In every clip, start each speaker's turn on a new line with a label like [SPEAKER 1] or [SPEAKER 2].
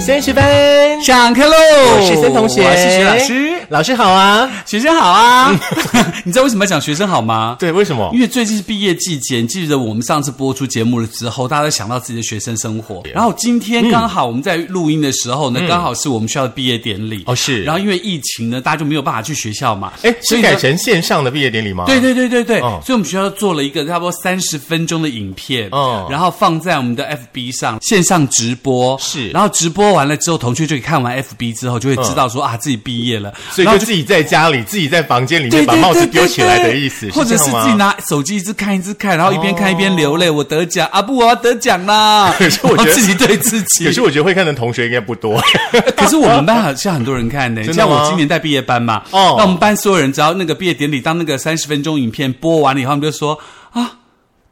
[SPEAKER 1] 三十分，
[SPEAKER 2] 上课喽！
[SPEAKER 1] 我是森同学，
[SPEAKER 2] 我是徐老师，
[SPEAKER 1] 老师好啊！
[SPEAKER 2] 学生好啊！ 你知道为什么要讲学生好吗？
[SPEAKER 1] 对，为什么
[SPEAKER 2] 因？为最近是毕业季节，你记得我们上次播出节目了之后，大家都想到自己的学生生活。然后今
[SPEAKER 1] 嗯
[SPEAKER 2] 天刚好我们在录音的时候呢，刚好是我们学校的毕业典礼。
[SPEAKER 1] 哦是
[SPEAKER 2] 然后因为疫情呢，大家就没有办法去学校嘛。
[SPEAKER 1] 哎，是改
[SPEAKER 2] 呢
[SPEAKER 1] 成线上的毕业典礼吗？
[SPEAKER 2] 对，对对对对，
[SPEAKER 1] 啊哦
[SPEAKER 2] 所以我们学校做了一个差不多三十分钟的影片，
[SPEAKER 1] 哦
[SPEAKER 2] 然后放在我们的 FB 上线上直播，
[SPEAKER 1] 是
[SPEAKER 2] 然后直播完了之后，同学就可以看完 FB 之后就会知道说、啊自己毕业了，
[SPEAKER 1] 哦所以
[SPEAKER 2] 然
[SPEAKER 1] 就
[SPEAKER 2] 后
[SPEAKER 1] 自己在家里，自己在房间里
[SPEAKER 2] 对
[SPEAKER 1] 面
[SPEAKER 2] 对
[SPEAKER 1] 把
[SPEAKER 2] 对
[SPEAKER 1] 帽子
[SPEAKER 2] 对
[SPEAKER 1] 丢起来的意思，
[SPEAKER 2] 对或者
[SPEAKER 1] 这
[SPEAKER 2] 是
[SPEAKER 1] 样吗
[SPEAKER 2] 自己拿手机一直看一直看，然后一边看一边流泪，我得奖啊不，我要得奖 啦，
[SPEAKER 1] 可是我觉 得
[SPEAKER 2] 然后自己对自己，
[SPEAKER 1] 可是我觉得会看的同学应该不多，
[SPEAKER 2] 可是我们班好像很多人看呢、
[SPEAKER 1] 真的
[SPEAKER 2] 像
[SPEAKER 1] 吗
[SPEAKER 2] 我今年带毕业班嘛，
[SPEAKER 1] 哦
[SPEAKER 2] 那我们班所有人只要那个毕业典礼当那个三十分钟影片播完了以后，他们就说啊，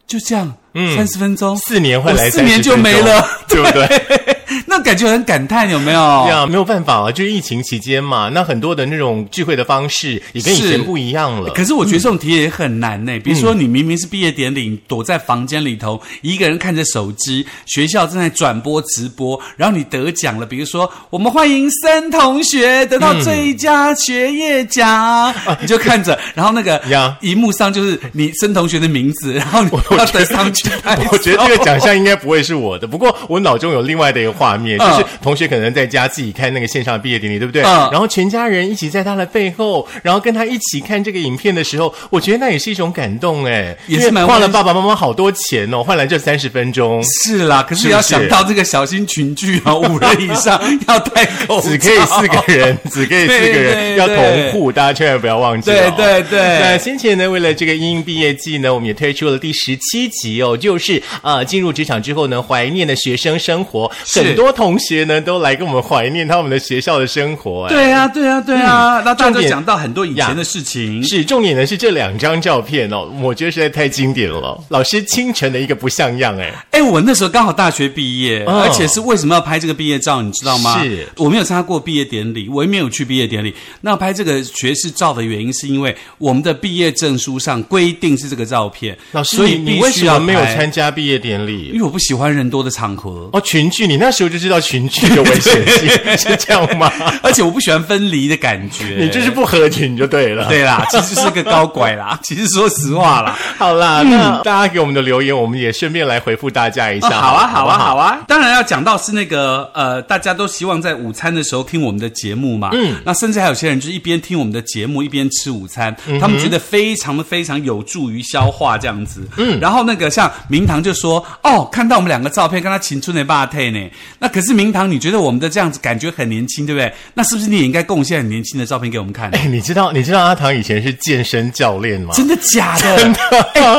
[SPEAKER 2] 就这样，
[SPEAKER 1] 嗯
[SPEAKER 2] 三十分钟，
[SPEAKER 1] 四年会来30
[SPEAKER 2] 我哦四
[SPEAKER 1] 分钟，
[SPEAKER 2] 年就没了，
[SPEAKER 1] 对不对？
[SPEAKER 2] 那感觉很感叹，有没
[SPEAKER 1] 对
[SPEAKER 2] 有？
[SPEAKER 1] 啊，没有办法啊，就是疫情期间嘛，那很多的那种聚会的方式也跟以
[SPEAKER 2] 是
[SPEAKER 1] 前不一样了。
[SPEAKER 2] 可是我觉得这种题也很难
[SPEAKER 1] 嗯
[SPEAKER 2] 呢、比如说，你明明是毕业典礼，你躲在房间里头，一个人看着手机，学校正在转播直播，然后你得奖了。比如说，我们欢迎森同学得到最佳学业奖，你就看着，然后那个
[SPEAKER 1] 嗯呀
[SPEAKER 2] 荧幕上就是你森同学的名字，然后你要得上去拍手。
[SPEAKER 1] 我觉得这个奖项应该不会是我的，不过我脑中有另外的一个画面，
[SPEAKER 2] 嗯
[SPEAKER 1] 就是同学可能在家自己看那个线上毕业典礼，对不对？
[SPEAKER 2] 嗯
[SPEAKER 1] 然后全家人一起在他的背后，然后跟他一起看这个影片的时候，我觉得那也是一种感动哎，
[SPEAKER 2] 也是
[SPEAKER 1] 因为
[SPEAKER 2] 蛮
[SPEAKER 1] 花了爸爸妈妈好多钱哦，换来这三十分钟。
[SPEAKER 2] 是啦，可是
[SPEAKER 1] 是
[SPEAKER 2] 要
[SPEAKER 1] 不是
[SPEAKER 2] 想到这个小心群聚啊，五人以上 要戴口罩，
[SPEAKER 1] 只可以四个 人，只可以四个
[SPEAKER 2] 对对
[SPEAKER 1] 人，要
[SPEAKER 2] 对
[SPEAKER 1] 同户，大家千万不要忘记、
[SPEAKER 2] 对
[SPEAKER 1] 哦。
[SPEAKER 2] 对对
[SPEAKER 1] 那先前呢，为了这个英英毕业季呢，我们也推出了第十七集哦，就是啊、呃进入职场之后呢，怀念的学生生活，
[SPEAKER 2] 是
[SPEAKER 1] 很多同学呢都来跟我们怀念他们的学校的生活。哎。
[SPEAKER 2] 对啊，对啊，对啊，那大家
[SPEAKER 1] 嗯重
[SPEAKER 2] 就
[SPEAKER 1] 点
[SPEAKER 2] 讲到很多以
[SPEAKER 1] 呀
[SPEAKER 2] 前的事情。
[SPEAKER 1] 是重点呢，是这两张照片哦，我觉得实在太经典了。老师清晨的一个不像样哎，
[SPEAKER 2] 哎，我那时候刚好大学毕业，
[SPEAKER 1] 哦
[SPEAKER 2] 而且是为什么要拍这个毕业照，你知道吗？
[SPEAKER 1] 是
[SPEAKER 2] 我没有参加过毕业典礼，我也没有去毕业典礼。那拍这个学士照的原因，是因为我们的毕业证书上规定是这个照片，
[SPEAKER 1] 老师
[SPEAKER 2] 所以
[SPEAKER 1] 你你
[SPEAKER 2] 必
[SPEAKER 1] 为什
[SPEAKER 2] 须要
[SPEAKER 1] 么没有
[SPEAKER 2] 拍
[SPEAKER 1] 参加毕业典礼
[SPEAKER 2] 因？为我不喜欢人多的场合。
[SPEAKER 1] 哦，群聚，你那时候就知道群聚的危险性 是这样吗？
[SPEAKER 2] 而且我不喜欢分离的感觉，
[SPEAKER 1] 你就是不合群就对了。
[SPEAKER 2] 呃对啦，其实是个高拐啦。其实说实话啦，
[SPEAKER 1] 好啦，
[SPEAKER 2] 嗯
[SPEAKER 1] 那大家给我们的留言，我们也顺便来回复大家一下。
[SPEAKER 2] 好啊，好
[SPEAKER 1] 不
[SPEAKER 2] 啊，好。啊！当然要讲到是那个呃，大家都希望在午餐的时候听我们的节目嘛。嗯，那甚至还有些人就是一边听我们的节目一边吃午餐，他们觉得非常的非常有助于消化这样子。嗯，然后那个像明堂就说哦，看到我们两个照片，跟他青春的霸退呢。那可是明堂，你觉得我们的这样子感觉很年轻，对不对？那是不是你也应该贡献很年轻的照片给我们看？
[SPEAKER 1] 哎，你知道你知道阿唐以前是健身教练吗？
[SPEAKER 2] 真的假的？真的、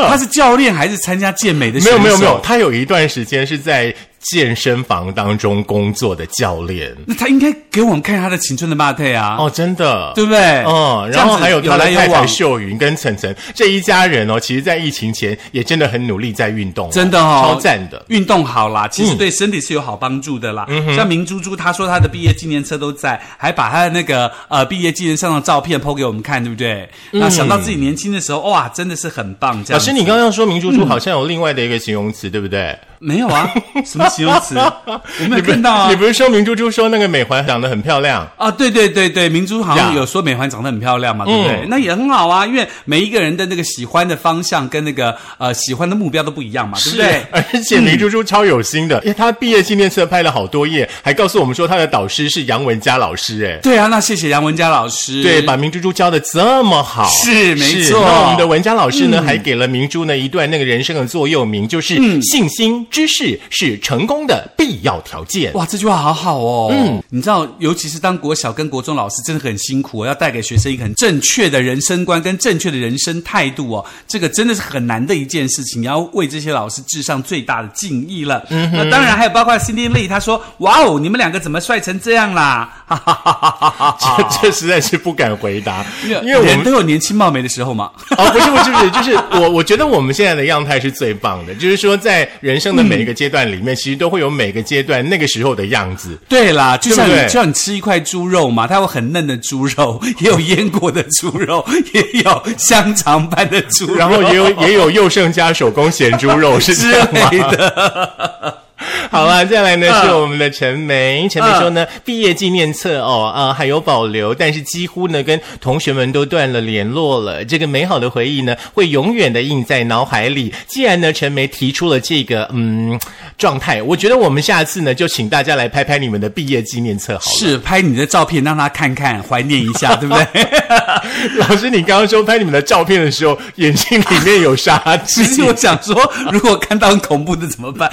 [SPEAKER 2] 他是教练还是参加健美的
[SPEAKER 1] 没
[SPEAKER 2] 选手？
[SPEAKER 1] 有没有没有，，他有一段时间是在健身房当中工作的教练。
[SPEAKER 2] 那他应该给我们看他的青春的霸退啊。
[SPEAKER 1] 哦，真的。
[SPEAKER 2] 对不对？
[SPEAKER 1] 嗯，
[SPEAKER 2] 这
[SPEAKER 1] 然
[SPEAKER 2] 样
[SPEAKER 1] 后
[SPEAKER 2] 子
[SPEAKER 1] 还有
[SPEAKER 2] 有
[SPEAKER 1] 他的
[SPEAKER 2] 来有
[SPEAKER 1] 太太
[SPEAKER 2] 往，
[SPEAKER 1] 秀云跟晨晨这一家人哦，其实，在疫情前也真的很努力在运动哦、
[SPEAKER 2] 真的哦，
[SPEAKER 1] 超赞的。
[SPEAKER 2] 运动好啦，其实
[SPEAKER 1] 嗯
[SPEAKER 2] 对身体是有好帮助的啦。像明珠珠，她说她的毕业纪念册都在，还把她的那个呃毕业纪念上的照片剖给我们看，对不对？那想到自己年轻的时候，哇，真的是很棒。这
[SPEAKER 1] 嗯老
[SPEAKER 2] 样子
[SPEAKER 1] 师，你刚刚说明珠珠好像有另外的一个形容词，对不对？
[SPEAKER 2] 没有 啊？什么形容词？我没有看到
[SPEAKER 1] 你
[SPEAKER 2] 啊。
[SPEAKER 1] 不是说明珠珠说那个美环长得很漂亮？
[SPEAKER 2] 啊，对对对对，明珠好像
[SPEAKER 1] 呀
[SPEAKER 2] 有说美环长得很漂亮嘛，对不对？
[SPEAKER 1] 嗯
[SPEAKER 2] 那也很好啊，因为每一个人的那个喜欢的方向跟那个呃喜欢的目标都不一样嘛，对不对？
[SPEAKER 1] 而且明
[SPEAKER 2] 嗯
[SPEAKER 1] 珠珠超有心的，因为她毕业纪念册拍了好多页，还告诉我们说她的导师是杨文佳老师，哎。
[SPEAKER 2] 对啊，那谢谢杨文佳老师。
[SPEAKER 1] 对，把明珠珠教的这么好，
[SPEAKER 2] 是没
[SPEAKER 1] 是
[SPEAKER 2] 错嗯
[SPEAKER 1] 那我们的文佳老师呢，还给了明珠呢一段那个人生的座右铭，就是信心、知识是成功的必要条件。
[SPEAKER 2] 哇，这句话好好哦。嗯，你知道，尤其是当国小跟国中老师，真的很辛苦、哦，要带给学生一个很正确的人生观跟正确的人生态度哦。这个真的是很难的一件事情，你要为这些老师致上最大的敬意了。嗯，那当然还有包括 Cindy Lee，他说：“哇哦，你们两个怎么帅成这样啦？”哈哈哈哈哈哈。
[SPEAKER 1] 这 这实在是不敢回答，因为我
[SPEAKER 2] 人
[SPEAKER 1] 们
[SPEAKER 2] 都有年轻貌美的时候嘛。
[SPEAKER 1] 哦，不是不是不是，就是我我觉得我们现在的样态是最棒的，就是说在人生的每一个阶段里面，其实都会有每个阶段那个时候的样子。
[SPEAKER 2] 对啦，就像你
[SPEAKER 1] 对不对
[SPEAKER 2] 就像你吃一块猪肉嘛，它有很嫩的猪肉，也有腌过的猪肉，也有香肠般的猪 肉，
[SPEAKER 1] 然后也有也有佑胜家手工咸猪肉，是
[SPEAKER 2] 之
[SPEAKER 1] 这样吗？
[SPEAKER 2] 类的。
[SPEAKER 1] 好了，再来呢是我们的陈梅，陈梅说呢，毕业纪念册哦啊、还有保留，但是几乎呢跟同学们都断了联络了。这个美好的回忆呢，会永远的印在脑海里。既然呢陈梅提出了这个嗯状态，我觉得我们下次呢就请大家来拍拍你们的毕业纪念册好了。
[SPEAKER 2] 是拍你的照片让他看看，怀念一 下，对不对？
[SPEAKER 1] 老师，你刚刚说拍你们的照片的时候，眼睛里面有杀
[SPEAKER 2] 其
[SPEAKER 1] 气。
[SPEAKER 2] 实我想说，如果看到很恐怖的怎么办？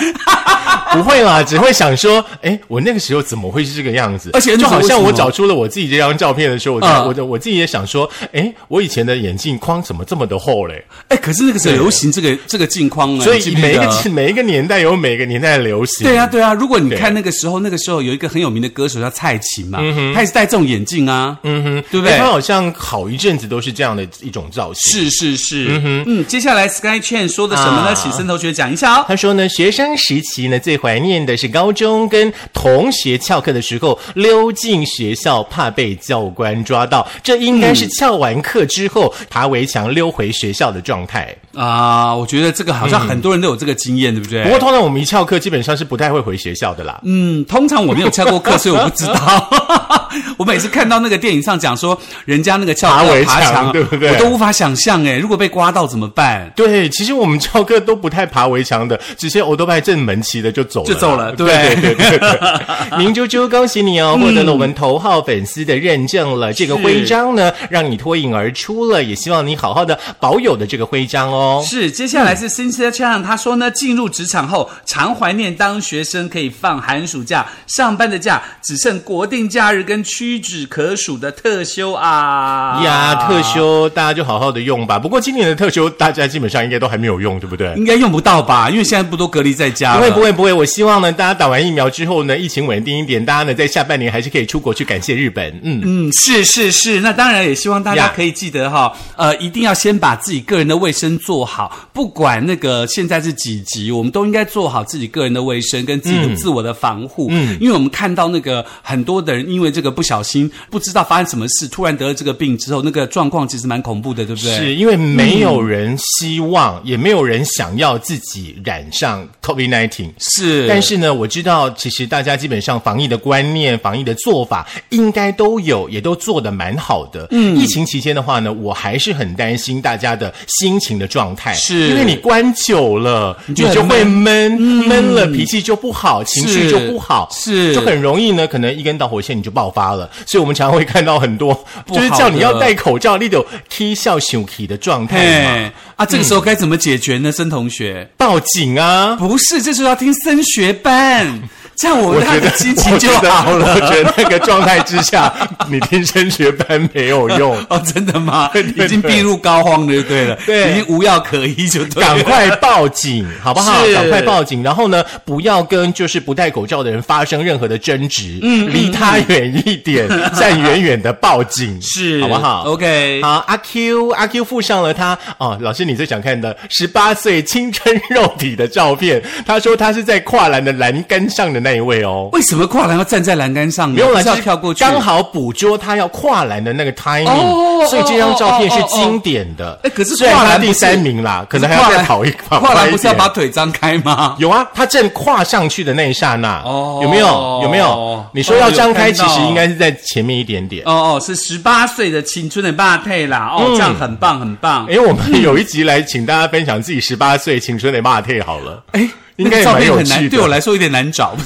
[SPEAKER 1] 不会啦，只会想说，哎，我那个时候怎么会是这个样子？
[SPEAKER 2] 而且那时
[SPEAKER 1] 就
[SPEAKER 2] 候
[SPEAKER 1] 好像
[SPEAKER 2] 为
[SPEAKER 1] 我
[SPEAKER 2] 什么
[SPEAKER 1] 找出了我自己这张照片的时候，我在
[SPEAKER 2] 嗯
[SPEAKER 1] 我的我自己也想说，哎，我以前的眼镜框怎么这么的厚嘞？
[SPEAKER 2] 哎，可是那个时候流行这个这个镜框呢，
[SPEAKER 1] 所
[SPEAKER 2] 你嗯记
[SPEAKER 1] 以
[SPEAKER 2] 不记
[SPEAKER 1] 每一
[SPEAKER 2] 得
[SPEAKER 1] 个每一个年代有每个年代的流行。
[SPEAKER 2] 对啊，对啊。如果你
[SPEAKER 1] 对嗯
[SPEAKER 2] 看那个时候，那个时候有一个很有名的歌手叫蔡琴嘛，他也是戴这种眼镜啊，嗯哼，对不
[SPEAKER 1] 因为
[SPEAKER 2] 对
[SPEAKER 1] 哎它？好像好一阵子都是这样的一种造型。
[SPEAKER 2] 是是是，嗯接下来 Sky Chain 说的什么
[SPEAKER 1] 啊
[SPEAKER 2] 呢？请申同学讲一下哦。
[SPEAKER 1] 他说呢，学生时期呢，最怀念的是高中跟同学翘课的时候溜进学校，怕被教官抓到。这应该是翘完课之后爬围墙溜回学校的状态。
[SPEAKER 2] 啊、我觉得这个好
[SPEAKER 1] 嗯
[SPEAKER 2] 像很多人都有这个经验，对不对？
[SPEAKER 1] 不过通常我们一翘课，基本上是不太会回学校的啦。
[SPEAKER 2] 哎嗯，通常我没有翘过课，所以我不知道。 我每次看到那个电影上讲说，人家那个翘
[SPEAKER 1] 爬
[SPEAKER 2] 课
[SPEAKER 1] 围
[SPEAKER 2] 爬
[SPEAKER 1] 墙
[SPEAKER 2] 墙，
[SPEAKER 1] 对不对
[SPEAKER 2] 我都无法想象哎，如果被刮到怎么办？
[SPEAKER 1] 对，其实我们翘课都不太爬围墙的，直接欧多拜正门旗的就走了啦，
[SPEAKER 2] 就走了
[SPEAKER 1] 对
[SPEAKER 2] 对
[SPEAKER 1] 对对对对。 明珠珠，恭喜你哦，获得了我们头号粉丝的认证了。这个徽章呢，让你脱颖而出了，也希望你好好的保有的这个徽章哦。
[SPEAKER 2] 是，接下来是 Cynthia Chan，他说呢，进入职场后常怀念当学生可以放寒暑假，上班的假只剩国定假日跟屈指可数的特休啊
[SPEAKER 1] 呀，特休大家就好好的用吧。不过今年的特休，大家基本上应该都还没有用，对不对？啊
[SPEAKER 2] 应该用不到吧？因为现在不都隔离在家
[SPEAKER 1] 不
[SPEAKER 2] 了？
[SPEAKER 1] 会不会不会，我希望呢，大家打完疫苗之后呢，疫情稳定一点，大家呢在下半年还是可以出国去感谢日本。嗯，
[SPEAKER 2] 嗯，是是是，那当然也希望大家
[SPEAKER 1] 呀
[SPEAKER 2] 可以记得哈呃，一定要先把自己个人的卫生做好，不管那个现在是几级，我们都应该做好自己个人的卫生跟自己的自我的防护。嗯，因为我们看到那个很多的人因为这个不小心不知道发生什么事，突然得了这个病之后，那个状况其实蛮恐怖的，对不对？嗯
[SPEAKER 1] 是因为没有人希望，也没有人想要自己染上 COVID nineteen。
[SPEAKER 2] 是，
[SPEAKER 1] 但是呢，我知道其实大家基本上防疫的观念、防疫的做法应该都有，也都做得蛮好的。嗯，疫情期间的话呢，我还是很担心大家的心情的状态，
[SPEAKER 2] 是
[SPEAKER 1] 因为你关久了，你
[SPEAKER 2] 就很嗯
[SPEAKER 1] 就会闷，闷了脾气就不好，情绪就不好，
[SPEAKER 2] 是
[SPEAKER 1] 就很容易呢，可能一根导火线你就爆发了。所以我们常常会看到很多，
[SPEAKER 2] 不
[SPEAKER 1] 就
[SPEAKER 2] 好的
[SPEAKER 1] 是叫你要戴口罩，你有 K 笑羞 K 的状态嘛，
[SPEAKER 2] 哎啊，这个时候该怎么解决呢？申同学，
[SPEAKER 1] 报警啊！
[SPEAKER 2] 不是，这时候要听升学班，这样我
[SPEAKER 1] 我
[SPEAKER 2] 们
[SPEAKER 1] 觉
[SPEAKER 2] 的
[SPEAKER 1] 得
[SPEAKER 2] 心情就好了。
[SPEAKER 1] 我觉得那个状态之下，你听升学班没有用，
[SPEAKER 2] 哦，真的吗？
[SPEAKER 1] 对
[SPEAKER 2] 已经病入膏肓了，就对了，
[SPEAKER 1] 对
[SPEAKER 2] 已经无药可医，就对
[SPEAKER 1] 赶
[SPEAKER 2] 了。
[SPEAKER 1] 快报警，好不好？
[SPEAKER 2] 是
[SPEAKER 1] 赶快报警，然后呢，不要跟就是不戴口罩的人发生任何的争执，嗯，离他远一 点，站远远的报警，
[SPEAKER 2] 是
[SPEAKER 1] 好不好
[SPEAKER 2] ？OK，
[SPEAKER 1] 好，阿 Q，阿 Q 附上了他哦，老师你最想看的十八岁青春肉体的照片。他说他是在跨栏的栏杆上的那一位哦。
[SPEAKER 2] 为什么跨栏要站在栏杆上呢？
[SPEAKER 1] 不用了，
[SPEAKER 2] 不是要
[SPEAKER 1] 就是
[SPEAKER 2] 跳过去。
[SPEAKER 1] 刚好捕捉他要跨栏的那个 timing，、
[SPEAKER 2] 哦
[SPEAKER 1] 所以这张照片是经典的。
[SPEAKER 2] 哦哦哦哦哎可是
[SPEAKER 1] 虽然
[SPEAKER 2] 跨
[SPEAKER 1] 他
[SPEAKER 2] 栏不
[SPEAKER 1] 第
[SPEAKER 2] 是
[SPEAKER 1] 三名啦，可能还
[SPEAKER 2] 跨
[SPEAKER 1] 要
[SPEAKER 2] 栏
[SPEAKER 1] 再跑一跑
[SPEAKER 2] 跨
[SPEAKER 1] 快
[SPEAKER 2] 栏
[SPEAKER 1] 一
[SPEAKER 2] 不是要
[SPEAKER 1] 点。
[SPEAKER 2] 把腿张开吗？
[SPEAKER 1] 有啊，他正跨上去的那一刹那，
[SPEAKER 2] 哦
[SPEAKER 1] 有没有？有没有
[SPEAKER 2] 哦？
[SPEAKER 1] 你说要张开，
[SPEAKER 2] 有看
[SPEAKER 1] 其
[SPEAKER 2] 到
[SPEAKER 1] 实应该是在前面一点点。
[SPEAKER 2] 哦哦，是十八岁的青春的霸退啦！哦，
[SPEAKER 1] 嗯
[SPEAKER 2] 这样很棒，很棒。
[SPEAKER 1] 哎，我们有一集来请大家分享自己十八岁青春的骂退好 了。
[SPEAKER 2] 哎，
[SPEAKER 1] 应
[SPEAKER 2] 那
[SPEAKER 1] 该
[SPEAKER 2] 个
[SPEAKER 1] 也
[SPEAKER 2] 照
[SPEAKER 1] 蛮
[SPEAKER 2] 片
[SPEAKER 1] 有
[SPEAKER 2] 很
[SPEAKER 1] 趣
[SPEAKER 2] 难，
[SPEAKER 1] 的
[SPEAKER 2] 对我来说有点难找。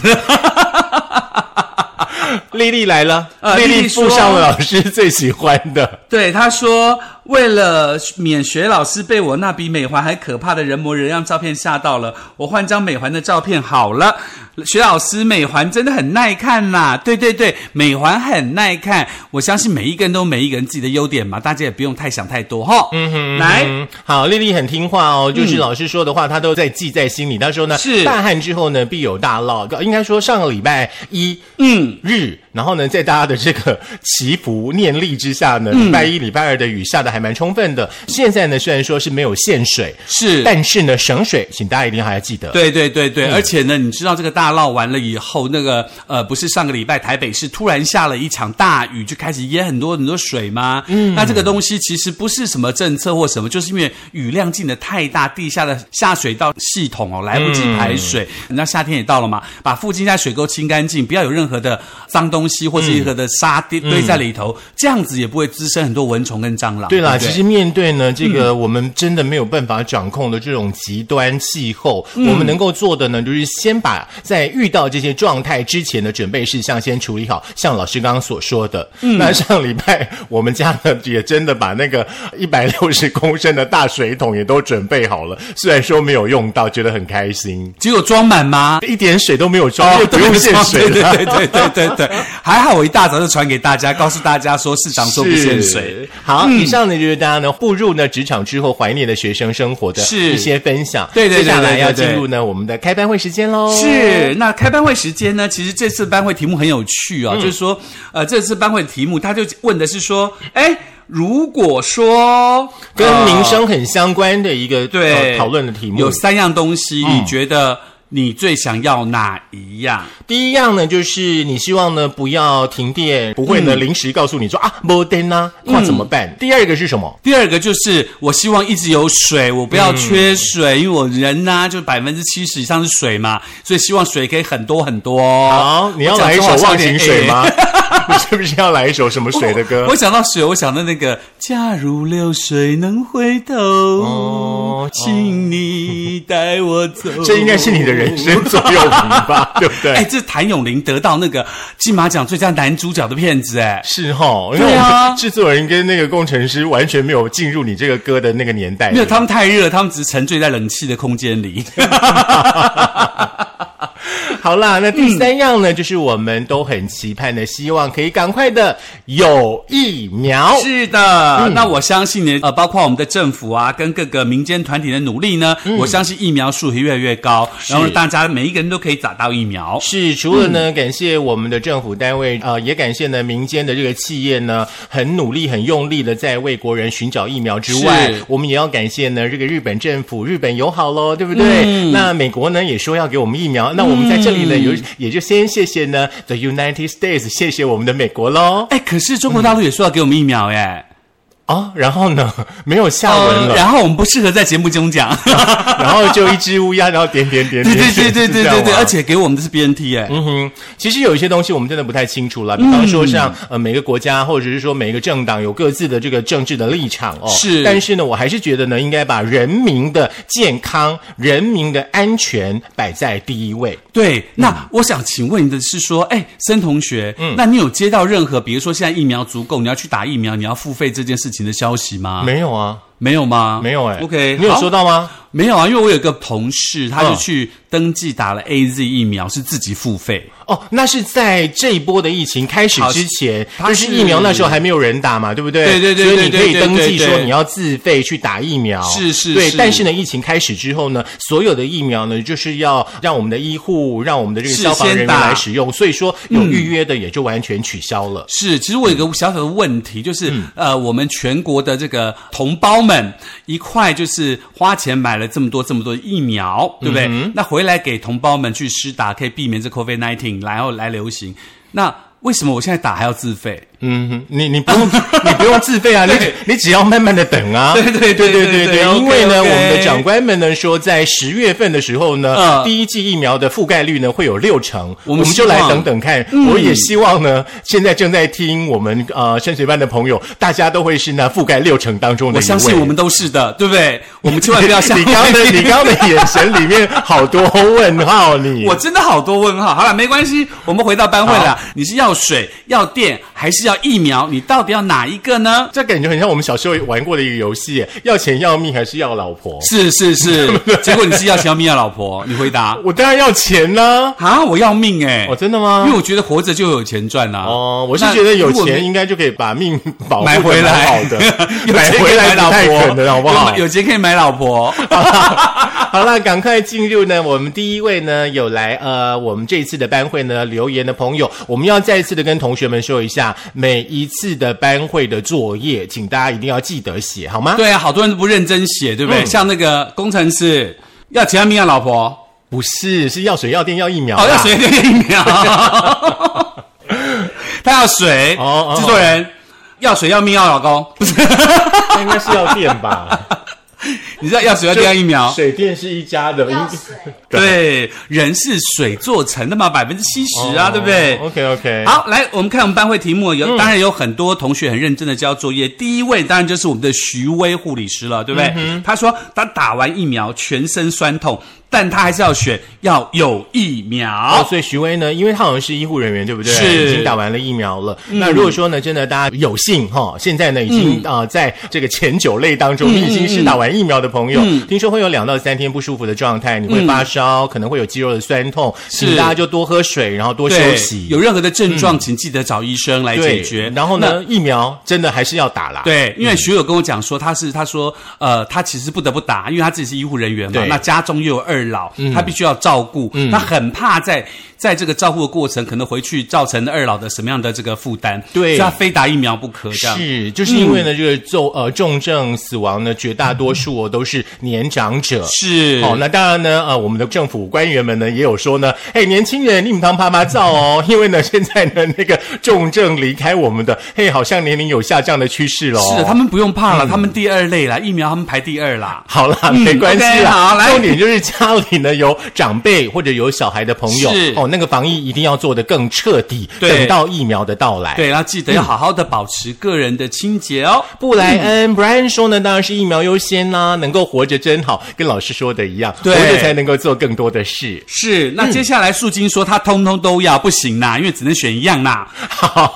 [SPEAKER 1] 丽丽来了，
[SPEAKER 2] 嗯呃
[SPEAKER 1] 丽
[SPEAKER 2] 丽
[SPEAKER 1] 丽
[SPEAKER 2] 丽
[SPEAKER 1] 附
[SPEAKER 2] 说
[SPEAKER 1] 上了老师最喜欢的。
[SPEAKER 2] 对，他说为了免学老师被我那比美环还可怕的人模人样照片吓到了，我换张美环的照片好了。学老师美环真的很耐看啦，对对对，美环很耐看。我相信每一个人都有每一个人自己的优点嘛，大家也不用太想太多哈。嗯哼，来，
[SPEAKER 1] 嗯，好，丽丽很听话哦，就是老师说的话，她都在记在心里。她说呢，
[SPEAKER 2] 嗯是
[SPEAKER 1] 大旱之后呢，必有大涝。应该说上个礼拜一，嗯，日，然后呢，在大家的这个祈福念力之下呢，
[SPEAKER 2] 嗯
[SPEAKER 1] 礼拜一、礼拜二的雨下的还蛮充分的。现在呢，虽然说是没有限水，
[SPEAKER 2] 是
[SPEAKER 1] 但是呢，省水，请大家一定还要记得。
[SPEAKER 2] 对对对
[SPEAKER 1] 嗯
[SPEAKER 2] 对，而且呢，你知道这个大涝完了以后，那个呃，不是上个礼拜台北市突然下了一场大雨，就开始淹很多很多水吗？嗯，那这个东西其实不是什么政策或什么，就是因为雨量进的太大，地下的下水道系统哦来不及排水。
[SPEAKER 1] 嗯
[SPEAKER 2] 那夏天也到了嘛，把附近家水沟清干净，不要有任何的脏东西或是任何的沙堆堆在里头，这样子也不会滋生很多蚊虫跟蟑
[SPEAKER 1] 嗯
[SPEAKER 2] 螂。
[SPEAKER 1] 对啦，
[SPEAKER 2] 不
[SPEAKER 1] 其实面对呢这个
[SPEAKER 2] 嗯
[SPEAKER 1] 我们真的没有办法掌控的这种极端气候，
[SPEAKER 2] 嗯
[SPEAKER 1] 我们能够做的呢，就是先把在遇到这些状态之前的准备事项先处理好，像老师刚刚所说的。
[SPEAKER 2] 嗯
[SPEAKER 1] 那上礼拜我们家呢也真的把那个一百六十公升的大水桶也都准备好了，虽然说没有用到，觉得很开心，
[SPEAKER 2] 只有装满吗？
[SPEAKER 1] 一点水都没有装，因为哦不
[SPEAKER 2] 哦对
[SPEAKER 1] 用限水
[SPEAKER 2] 对
[SPEAKER 1] 了。
[SPEAKER 2] 对对对对对， 还好我一大早就传给大家，告诉大家说市长说啊不限水。嗯
[SPEAKER 1] 是。好，以上呢就是大家呢步入呢职场之后怀念的学生生活的
[SPEAKER 2] 是
[SPEAKER 1] 一些分享。
[SPEAKER 2] 对对对
[SPEAKER 1] 接下来
[SPEAKER 2] 对对
[SPEAKER 1] 要
[SPEAKER 2] 对
[SPEAKER 1] 进入呢我们的开班会时间喽。
[SPEAKER 2] 是，那开班会时间呢？其实这次班会题目很有趣
[SPEAKER 1] 嗯
[SPEAKER 2] 哦，就是说，呃，这次班会题目他就问的是说，哎，如果说
[SPEAKER 1] 跟民
[SPEAKER 2] 呃
[SPEAKER 1] 生很相关的一个
[SPEAKER 2] 对、
[SPEAKER 1] 呃讨论的题目嗯
[SPEAKER 2] 有。三样东西，你觉得你最想要哪一样？
[SPEAKER 1] 第一样呢，就是你希望呢不要停电，不会呢临时告诉你说啊，没电啦，
[SPEAKER 2] 嗯
[SPEAKER 1] 那怎么办？第二个是什么？
[SPEAKER 2] 第二个就是，我希望一直有水，我不要缺水，因为我人呢、就百分之七十以上是水嘛，所以希望水可以很多很多。
[SPEAKER 1] 好，你要来一首
[SPEAKER 2] 我讲
[SPEAKER 1] 忘
[SPEAKER 2] 这
[SPEAKER 1] 情
[SPEAKER 2] 话
[SPEAKER 1] 水吗？ 你是不是要来一首什么水的歌
[SPEAKER 2] 我？想到水，我想到那个“假如流水能回头，
[SPEAKER 1] 哦
[SPEAKER 2] 请你带我走”，
[SPEAKER 1] 这应该是你的人 生左右铭吧，对不对？
[SPEAKER 2] 哎，这谭咏麟得到那个金马奖最佳男主角的片子，哎，
[SPEAKER 1] 是哈，因为
[SPEAKER 2] 对
[SPEAKER 1] 我
[SPEAKER 2] 啊
[SPEAKER 1] 们制作人跟那个工程师完全没有进入你这个歌的那个年代。
[SPEAKER 2] 没有，他们太热了，他们只是沉醉在冷气的空间里。
[SPEAKER 1] 好啦，
[SPEAKER 2] 嗯
[SPEAKER 1] 那第三样呢，就是我们都很期盼的，希望可以赶快的有疫苗。
[SPEAKER 2] 是的，那我相信呢，呃，包括我们的政府啊，跟各个民间团体的努力呢，我相信疫苗数会越来越高，然后大家每一个人都可以打到疫苗。
[SPEAKER 1] 是，除了
[SPEAKER 2] 嗯
[SPEAKER 1] 呢，感谢我们的政府单位，呃，也感谢呢民间的这个企业呢，很努力、很用力的在为国人寻找疫苗之外
[SPEAKER 2] 是，
[SPEAKER 1] 我们也要感谢呢这个日本政府，日本友好喽，对不对？
[SPEAKER 2] 嗯
[SPEAKER 1] 那美国呢也说要给我们疫苗，那我们在这里呢、有也就先谢谢呢 The United States，谢谢我们的美国喽
[SPEAKER 2] 哎，可是中国大陆也说要给我们疫苗哎，
[SPEAKER 1] 啊，然后呢没有下文
[SPEAKER 2] 呃
[SPEAKER 1] 了，
[SPEAKER 2] 然后我们不适合在节目中 讲。
[SPEAKER 1] 然后就一只乌鸦，然后点点点
[SPEAKER 2] 啊对
[SPEAKER 1] 点，
[SPEAKER 2] 对对对
[SPEAKER 1] 是这
[SPEAKER 2] 对
[SPEAKER 1] 样
[SPEAKER 2] 对对，
[SPEAKER 1] 吗
[SPEAKER 2] 而且给我们的是 BNT 哎、
[SPEAKER 1] 嗯哼，其实有一些东西我们真的不太清楚了，
[SPEAKER 2] 嗯
[SPEAKER 1] 比方说像、呃每个国家或者是说每个政党有各自的这个政治的立场哦。
[SPEAKER 2] 是
[SPEAKER 1] 但是呢，我还是觉得呢，应该把人民的健康、人民的安全摆在第一位。
[SPEAKER 2] 对，那我想请问的是说，哎，森同学，那你有接到任何，比如说现在疫苗足够，你要去打疫苗，你要付费这件事情的消息吗？
[SPEAKER 1] 没有啊，
[SPEAKER 2] 没有吗？
[SPEAKER 1] 没有哎、
[SPEAKER 2] OK，
[SPEAKER 1] 你有
[SPEAKER 2] 好
[SPEAKER 1] 收到吗？
[SPEAKER 2] 没有啊，因为我有个同事，他就
[SPEAKER 1] 嗯
[SPEAKER 2] 去登记打了 A Z 疫苗，是自己付费。
[SPEAKER 1] 哦，那是在这一波的疫情开始
[SPEAKER 2] 好
[SPEAKER 1] 之前，
[SPEAKER 2] 它
[SPEAKER 1] 就是是疫苗那时候还没有人打嘛，对不对？
[SPEAKER 2] 对对对
[SPEAKER 1] 所以你
[SPEAKER 2] 对
[SPEAKER 1] 可以
[SPEAKER 2] 对
[SPEAKER 1] 登
[SPEAKER 2] 对
[SPEAKER 1] 记
[SPEAKER 2] 对
[SPEAKER 1] 说
[SPEAKER 2] 对
[SPEAKER 1] 你要自费去打疫苗，
[SPEAKER 2] 是是
[SPEAKER 1] 对。
[SPEAKER 2] 是
[SPEAKER 1] 但是呢，疫情开始之后呢，所有的疫苗呢，就是要让我们的医护、让我们的这个
[SPEAKER 2] 是
[SPEAKER 1] 消防人
[SPEAKER 2] 先
[SPEAKER 1] 员
[SPEAKER 2] 打嗯
[SPEAKER 1] 来使用，所以说有预约的也就完全取消了。
[SPEAKER 2] 是，其实我有一个小小的问题，就是、
[SPEAKER 1] 嗯
[SPEAKER 2] 呃，我们全国的这个同胞们一块就是花钱买了这么多这么多疫苗，对不对？
[SPEAKER 1] 嗯
[SPEAKER 2] 那回来给同胞们去施打，可以避免这 COVID nineteen 然后来流行。那为什么我现在打还要自费？
[SPEAKER 1] 嗯哼，你你不用 你不用自费啊，你
[SPEAKER 2] 对
[SPEAKER 1] 你只要慢慢的等啊。
[SPEAKER 2] 对对对
[SPEAKER 1] 对
[SPEAKER 2] 对对对
[SPEAKER 1] 因为呢，我
[SPEAKER 2] OK，OK
[SPEAKER 1] 们的长官们呢说，在十月份的时候呢，
[SPEAKER 2] 嗯
[SPEAKER 1] 第一剂疫苗的覆盖率呢会有六成，
[SPEAKER 2] 我
[SPEAKER 1] 我
[SPEAKER 2] 们
[SPEAKER 1] 们就
[SPEAKER 2] 希
[SPEAKER 1] 来
[SPEAKER 2] 望嗯
[SPEAKER 1] 等等看。我也希望呢，现在正在听我们呃升学班的朋友，大家都会是那覆盖六成当中的
[SPEAKER 2] 我
[SPEAKER 1] 一位。
[SPEAKER 2] 相信我们都是的，对不对？我们千万不要像
[SPEAKER 1] 你 刚的你刚的眼神里面好多问号，你
[SPEAKER 2] 我真的好多问号。好了，没关系，我们回到班会了。你是要水、要电，还是要疫苗，你到底要哪一个呢？
[SPEAKER 1] 这感觉很像我们小时候玩过的一个游戏，要钱要命还是要老婆？
[SPEAKER 2] 是是是， 结果你是要小米要老婆，你 回答
[SPEAKER 1] 我当然要钱啦、
[SPEAKER 2] 啊，我要命哎、
[SPEAKER 1] 哦，真的吗
[SPEAKER 2] 因为？我觉得活着就有钱赚啦、
[SPEAKER 1] 哦，我是
[SPEAKER 2] 那
[SPEAKER 1] 觉得有
[SPEAKER 2] 如果没
[SPEAKER 1] 钱应该就可以把 命保护
[SPEAKER 2] 买
[SPEAKER 1] 得
[SPEAKER 2] 回来，
[SPEAKER 1] 蛮好的
[SPEAKER 2] 有
[SPEAKER 1] 买
[SPEAKER 2] 钱可
[SPEAKER 1] 回
[SPEAKER 2] 以
[SPEAKER 1] 来
[SPEAKER 2] 买老
[SPEAKER 1] 不太可能，
[SPEAKER 2] 婆，
[SPEAKER 1] 好不好？
[SPEAKER 2] 有有钱可以买老婆，
[SPEAKER 1] 好了，赶快进入呢。我们第一位呢有来呃，我们这一次的班会呢留言的朋友，我们要再一次的跟同学们说一下，每一次的班会的作业，请大家一定要记得写，好吗？
[SPEAKER 2] 对啊，好多人都不认真写，对不对？
[SPEAKER 1] 嗯
[SPEAKER 2] 像那个工程师要钱要命要老婆，
[SPEAKER 1] 不是，是药水、药店、药疫苗啦。
[SPEAKER 2] 哦，要水 要 疫苗，他要水，
[SPEAKER 1] 哦哦
[SPEAKER 2] 制作人要水要命要老公，不是，
[SPEAKER 1] 那应该是药店 吧？
[SPEAKER 2] 你知道要水要
[SPEAKER 1] 就
[SPEAKER 2] 命要疫苗，
[SPEAKER 1] 水电是一家的，应
[SPEAKER 3] 药水
[SPEAKER 2] 对，人是水做成的嘛，百分之七
[SPEAKER 1] 哦
[SPEAKER 2] 十啊，对不对？啊
[SPEAKER 1] ？OK OK。
[SPEAKER 2] 好，来，我们看我们班会题目，有、
[SPEAKER 1] 嗯
[SPEAKER 2] 当然有很多同学很认真的交作业。第一位当然就是我们的徐威护理师了，对不对？
[SPEAKER 1] 嗯
[SPEAKER 2] 他说他打完疫苗全身酸痛，但他还是要选要有疫苗。
[SPEAKER 1] 哦，所以徐威呢，因为他好像是医护人员，对不对？
[SPEAKER 2] 是嗯
[SPEAKER 1] 已经打完了疫苗了。那如果说呢，真的大家有幸哈，现在呢已经啊、呃在这个前九类当
[SPEAKER 2] 嗯
[SPEAKER 1] 中，已经是打完疫苗的朋友，听说会有两到三天不舒服的状态，你会发烧，可能会有肌肉的酸痛，请大家就多喝水，然后多休
[SPEAKER 2] 对
[SPEAKER 1] 息。嗯
[SPEAKER 2] 有任何的症状，请记得找医生来解决。
[SPEAKER 1] 然后
[SPEAKER 2] 那？
[SPEAKER 1] 呢，疫苗真的还是要打啦。，
[SPEAKER 2] 对，因为徐友跟我讲说，他是他说，呃，他其实不得不打，因为他自己是医护人员嘛
[SPEAKER 1] 对，嗯
[SPEAKER 2] 那家中又有二老，他必须要照顾，他很怕在在这个照顾的过程，可能回去造成二老的什么样的这个负担，
[SPEAKER 1] 对
[SPEAKER 2] 所以他非打疫苗不可，这样。
[SPEAKER 1] 是，就是因
[SPEAKER 2] 嗯
[SPEAKER 1] 为呢，这个重呃重症死亡呢，绝大多数哦都是年长者。
[SPEAKER 2] 是
[SPEAKER 1] 哦，那当然呢，呃，我们的政府官员们呢也有说呢，嘿，年轻人，你们当啪啪照哦， 因为呢，现在呢那个重症离开我们的，嘿，好像年龄有下降的趋势喽。
[SPEAKER 2] 是的，他们不用怕
[SPEAKER 1] 嗯
[SPEAKER 2] 了，他们第二类啦，疫苗他们排第二啦。
[SPEAKER 1] 好啦，没关系
[SPEAKER 2] OK，
[SPEAKER 1] 啦。
[SPEAKER 2] 好来
[SPEAKER 1] 重点就是家里呢有长辈或者有小孩的朋友
[SPEAKER 2] 是，
[SPEAKER 1] 哦，那个防疫一定要做得更彻底，
[SPEAKER 2] 对
[SPEAKER 1] 等到疫苗的到来。
[SPEAKER 2] 对，要记得要好好的保持个人的清洁哦。
[SPEAKER 1] 布莱恩、Brian 说呢，当然是疫苗优先啦、能够活着真好，跟老师说的一样，
[SPEAKER 2] 对
[SPEAKER 1] 活着才能够做更多的事。
[SPEAKER 2] 是，那接下来素金说他通通都要，不行啦，因为只能选一样 啦。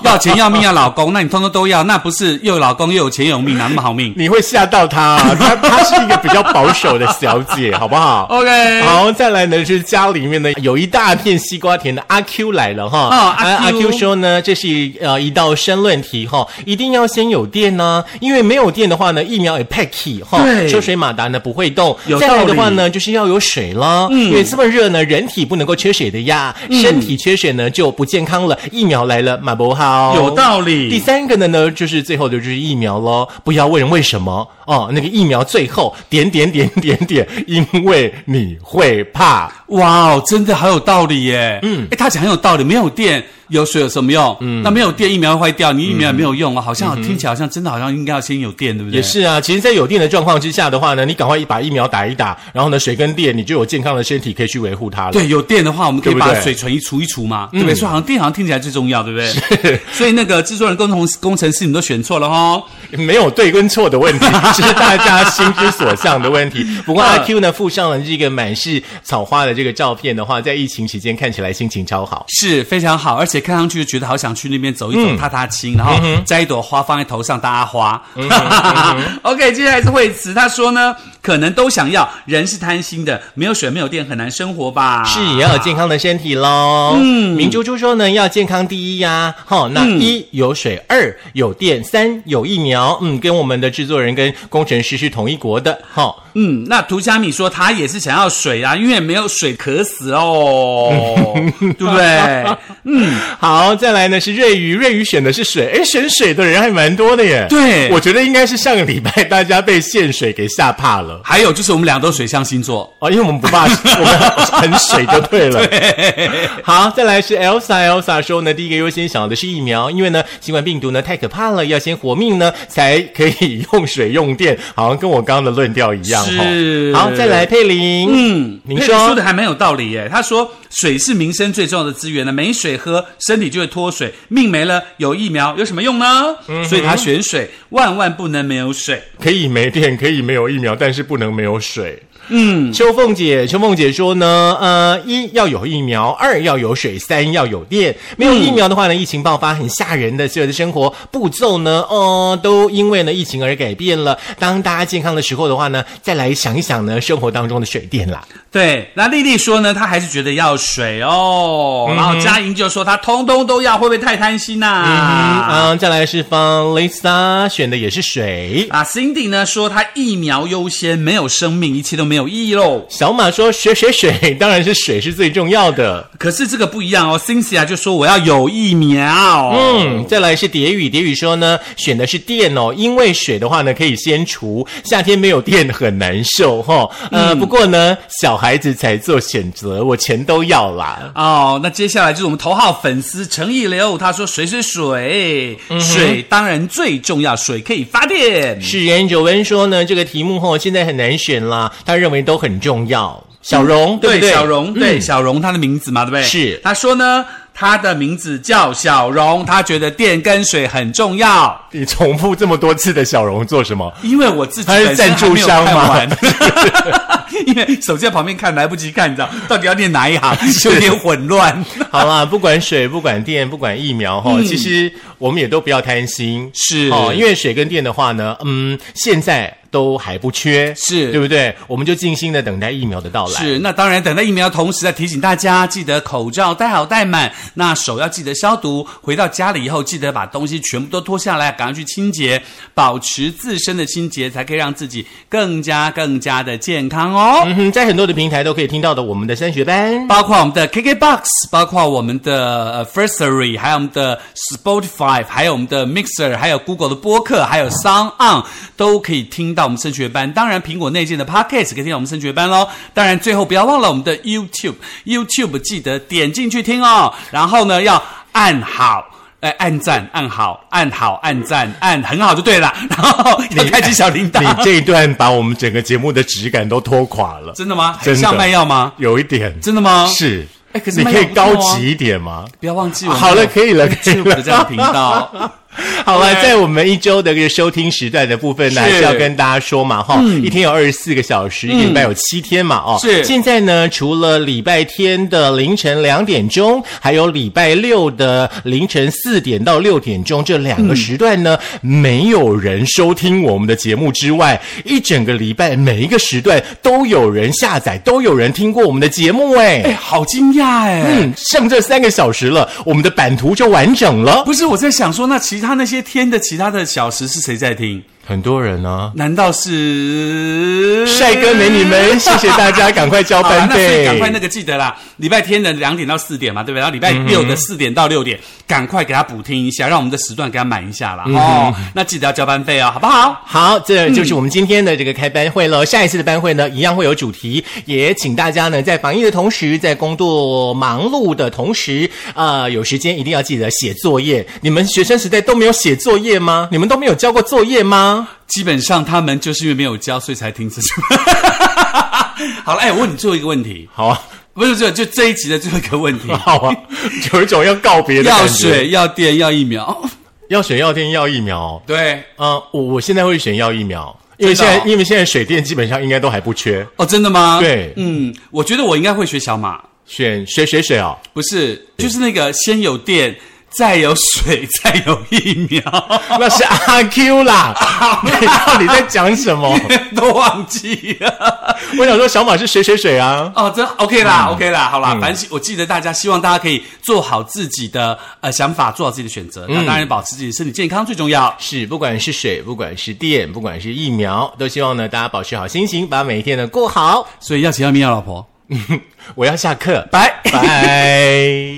[SPEAKER 2] 要钱要命要老公，那你通通都要，那不是又有老公又有钱又有命，哪那么好命
[SPEAKER 1] 你会吓到她、 啊，她她是一个比较保守的小姐，好不好？
[SPEAKER 2] ？OK，
[SPEAKER 1] 好，再来呢是家里面呢有一大片西瓜田的阿 Q 来了哈。
[SPEAKER 2] 哦阿
[SPEAKER 1] 啊
[SPEAKER 2] Q
[SPEAKER 1] 阿 Q 说呢，这是一呃一道申论题哈，一定要先有电呢、因为没有电的话呢，疫苗也 packy 哈，
[SPEAKER 2] 对
[SPEAKER 1] 抽水马达呢不会动。
[SPEAKER 2] 有
[SPEAKER 1] 再来
[SPEAKER 2] 道
[SPEAKER 1] 的
[SPEAKER 2] 理嗯
[SPEAKER 1] 话呢，就是要有水啦，因为这么热呢，人体不能够缺水的呀，身体缺水呢就不健康了。疫苗来了，马博好，
[SPEAKER 2] 有道理
[SPEAKER 1] 第三个呢呢，就是最后的就是疫苗喽，不要问为什么哦，那个疫苗最后点点点点点，因为你会怕。
[SPEAKER 2] 哇哦，真的好有道理耶。嗯，哎，他讲很有道理，没有电有水有什么用？嗯，那没有电疫苗会坏掉，你疫苗也没有用啊，好像听起来好像真的好像应该要先有电，对不对？
[SPEAKER 1] 也是啊，其实，在有电的状况之下的话呢，你赶快把疫苗打一打，然后呢，水跟电，你就有健康的身体可以去维护它了。
[SPEAKER 2] 对，嗯有电的话，我们可
[SPEAKER 1] 对
[SPEAKER 2] 以
[SPEAKER 1] 不
[SPEAKER 2] 把
[SPEAKER 1] 对
[SPEAKER 2] 水存一除一除嘛，对不对？所以好像电好像听起来最重要，对不对？所以那个制作人工程工程师你们都选错了哦。
[SPEAKER 1] 没有对跟错的问 题，是大家心之所向的问题。不过阿 Q 呢，附上了这个满是草花的这个照片的话，在疫情期间看起来心情超好。
[SPEAKER 2] 是非常好，而且看上去就觉得好想去那边走一走、踏踏青，然后摘一朵花放在头上搭花。OK，接下来是惠慈，他说呢，可能都想要，人是贪心的，没有水没有电很难生活吧？
[SPEAKER 1] 是也要有健康的身体喽。嗯，明珠珠说呢，要健康第一呀、好，那一、有水，二有电，三有疫苗。嗯，跟我们的制作人跟工程师是同一国的。好，
[SPEAKER 2] 嗯，那涂佳米说他也是想要水啊，因为没有水渴死哦，对不对？
[SPEAKER 1] 好，再来呢是瑞鱼，瑞鱼选的是水，哎，选水的人还蛮多的耶。
[SPEAKER 2] 对
[SPEAKER 1] 我觉得应该是上个礼拜大家被限水给吓怕了。
[SPEAKER 2] 还有就是我们俩都水象星座，
[SPEAKER 1] 哦，因为我们不 怕，我们很水就对了。好，再来是 Elsa Elsa 说呢，第一个优先想到的是疫苗，因为呢，新冠病毒呢太可怕了，要先活命呢，才可以用水用电，好像跟我刚刚的论调一样哈、
[SPEAKER 2] 是
[SPEAKER 1] 好，再来佩林，嗯，您
[SPEAKER 2] 佩
[SPEAKER 1] 说
[SPEAKER 2] 说的还蛮有道理耶。他说水是民生最重要的资源呢，没水喝，身体就会脱水，命没了，有疫苗有什么用呢？
[SPEAKER 1] 嗯
[SPEAKER 2] 所以他选水，万万不能没有水。
[SPEAKER 1] 可以没电，可以没有疫苗，但是不能没有水。嗯，秋凤姐，秋凤姐说呢，呃，一要有疫苗，二要有水，三要有电。没有疫苗的话呢，疫情爆发很吓人的，所有的生活步骤呢，哦，都因为呢疫情而改变了。当大家健康的时候的话呢，再来想一想呢，生活当中的水电啦。
[SPEAKER 2] 对，那丽丽说呢，她还是觉得要水哦。然后佳莹就说她通通都要，会不会太贪心呐、
[SPEAKER 1] 嗯，
[SPEAKER 2] 啊？
[SPEAKER 1] 嗯，再来是方 Lisa 选的也是水。
[SPEAKER 2] 啊 Cindy 呢说她疫苗优先，没有生命，一切都没有意义喽。
[SPEAKER 1] 小马说：“水水水，当然是水是最重要的。
[SPEAKER 2] 可是这个不一样哦，Cynthia 就说我要有疫苗。
[SPEAKER 1] 嗯，再来是蝶语，蝶语说呢，选的是电哦，因为水的话呢可以先除，夏天没有电很难受哈、
[SPEAKER 2] 嗯
[SPEAKER 1] 呃，不过呢，小孩子才做选择，我全都要啦。
[SPEAKER 2] 哦，那接下来就是我们头号粉丝陈意流，他说水水水，
[SPEAKER 1] 嗯
[SPEAKER 2] 水当然最重要，水可以发电。
[SPEAKER 1] 是研九温说呢，这个题目吼现在很难选啦，他认为都很重要。小荣、对不嗯对？
[SPEAKER 2] 小荣，嗯对、小荣，他的名字嘛，对不对？
[SPEAKER 1] 是
[SPEAKER 2] 他说呢，他的名字叫小荣，他觉得电跟水很重要。
[SPEAKER 1] 你重复这么多次的小荣做什 么？
[SPEAKER 2] 因为我自己
[SPEAKER 1] 他是
[SPEAKER 2] 本身
[SPEAKER 1] 赞助商吗
[SPEAKER 2] 还没有看完 因为手机在旁边看来不及看，你知道到底要念哪一 行，有点混乱。
[SPEAKER 1] 好啦，不管水，不管电，不管疫苗哈，
[SPEAKER 2] 嗯
[SPEAKER 1] 其实我们也都不要贪心，
[SPEAKER 2] 是
[SPEAKER 1] 哦，因为水跟电的话呢，嗯，现在都还不缺，
[SPEAKER 2] 是
[SPEAKER 1] 对不对？我们就静心的等待疫苗的到来。
[SPEAKER 2] 是，那当然，等待疫苗同时再提醒大家，记得口罩戴好戴满，那手要记得消毒。回到家里以后，记得把东西全部都脱下来，赶快去清洁，保持自身的清洁，才可以让自己更加更加的健康哦。
[SPEAKER 1] 嗯哼，在很多的平台都可以听到的，我们的三学 班。
[SPEAKER 2] 包括我们的 KKBox，包括我们的呃 Firstory，还有我们的 Spotify，还有我们的 Mixer，还有 Google 的播客，还有 Sound On，都可以听到我们升学班。当然，苹果内建的 Podcast 可以听到我们升学班喽。当然，最后不要忘了我们的 YouTube，YouTube 记得点进去听哦。然后呢，要按好。哎，按赞，按好，按好，按赞，按很好就对了。然后要开启小铃
[SPEAKER 1] 你
[SPEAKER 2] 铛，
[SPEAKER 1] 这一段把我们整个节目的质感都拖垮了，
[SPEAKER 2] 真的吗？很
[SPEAKER 1] 真的
[SPEAKER 2] 像卖药吗？
[SPEAKER 1] 有一点
[SPEAKER 2] 真的吗？，
[SPEAKER 1] 是。
[SPEAKER 2] 哎可是
[SPEAKER 1] 你
[SPEAKER 2] 卖
[SPEAKER 1] 可以
[SPEAKER 2] 药不
[SPEAKER 1] 高
[SPEAKER 2] 错啊
[SPEAKER 1] 级一点吗？
[SPEAKER 2] 不啊要忘记我们
[SPEAKER 1] 好了，
[SPEAKER 2] 有
[SPEAKER 1] 可以了，可以
[SPEAKER 2] YouTube
[SPEAKER 1] 了。
[SPEAKER 2] 的这样频道。
[SPEAKER 1] 好了，
[SPEAKER 2] 对
[SPEAKER 1] 在我们一周的这个收听时段的部分呢，还是嗯要跟大家说嘛，哈，一天有二十四个小时，一个礼拜有七天嘛，哦，
[SPEAKER 2] 是
[SPEAKER 1] 现在呢，除了礼拜天的凌晨两点钟，还有礼拜六的凌晨四点到六点钟这两个时段呢，没有人收听我们的节目之外，一整个礼拜每一个时段都有人下载，都有人听过我们的节目，
[SPEAKER 2] 哎、
[SPEAKER 1] 哎，
[SPEAKER 2] 好惊讶哎！
[SPEAKER 1] 嗯，剩这三个小时了，我们的版图就完整了。
[SPEAKER 2] 不是，我在想说，那其他那些天的其他的小时是谁在听？
[SPEAKER 1] 很多人呢、
[SPEAKER 2] 难道是
[SPEAKER 1] 帅哥美女们，谢谢大家，赶快交
[SPEAKER 2] 嗯 好啦
[SPEAKER 1] 班
[SPEAKER 2] 那所以
[SPEAKER 1] 费。
[SPEAKER 2] 赶快那个记得啦，礼拜天的两点到四点嘛，对不对？然后礼拜六的四点到六点，赶快给他补听一下，让我们的时段给他满一下
[SPEAKER 1] 嗯
[SPEAKER 2] 啦。哦，那记得要交班费哦，好不好？
[SPEAKER 1] 好，这就是我们今天的这个开班会了。下一次的班会呢，一样会有主题，也请大家呢在防疫的同时，在工作忙碌的同时，啊，有时间一定要记得写作业。你们学生时代都没有写作业吗？你们都没有交过作业吗？
[SPEAKER 2] 基本上他们就是因为没有交，所以才听这种。 好了，哎、我问你最后一个问题，
[SPEAKER 1] 好啊，，
[SPEAKER 2] 不是，就就这一集的最后一个问题
[SPEAKER 1] 好啊，有一种要告 别的感觉。
[SPEAKER 2] 要水，要电要疫苗，
[SPEAKER 1] 要水，要电，要疫苗。
[SPEAKER 2] 对。
[SPEAKER 1] 嗯、我我现在会选要疫苗，因为现
[SPEAKER 2] 真的
[SPEAKER 1] 在、
[SPEAKER 2] 哦
[SPEAKER 1] 因为现在水电基本上应该都还不缺，
[SPEAKER 2] 哦，真的吗？
[SPEAKER 1] 对
[SPEAKER 2] 嗯，我觉得我应该会学小马，
[SPEAKER 1] 选水水水哦。
[SPEAKER 2] 不是，就是那个先有电，再有水， 再有疫苗，
[SPEAKER 1] 那是阿 Q 啦，你到底在讲什么？
[SPEAKER 2] 都忘记了。
[SPEAKER 1] 我想说小马是水水水啊。
[SPEAKER 2] 哦，这 OK 啦、o k 啦，好啦，
[SPEAKER 1] 嗯
[SPEAKER 2] 反正我记得大家，希望大家可以做好自己的呃想法，做好自己的选择。
[SPEAKER 1] 嗯
[SPEAKER 2] 那当然，保持自己的身体健康最重要。
[SPEAKER 1] 是，不管是水，不管是电，不管是疫苗，都希望呢大家保持好心情，把每一天呢过好。
[SPEAKER 2] 所以要请要命要老婆。
[SPEAKER 1] 我要下课，
[SPEAKER 2] 拜
[SPEAKER 1] 拜。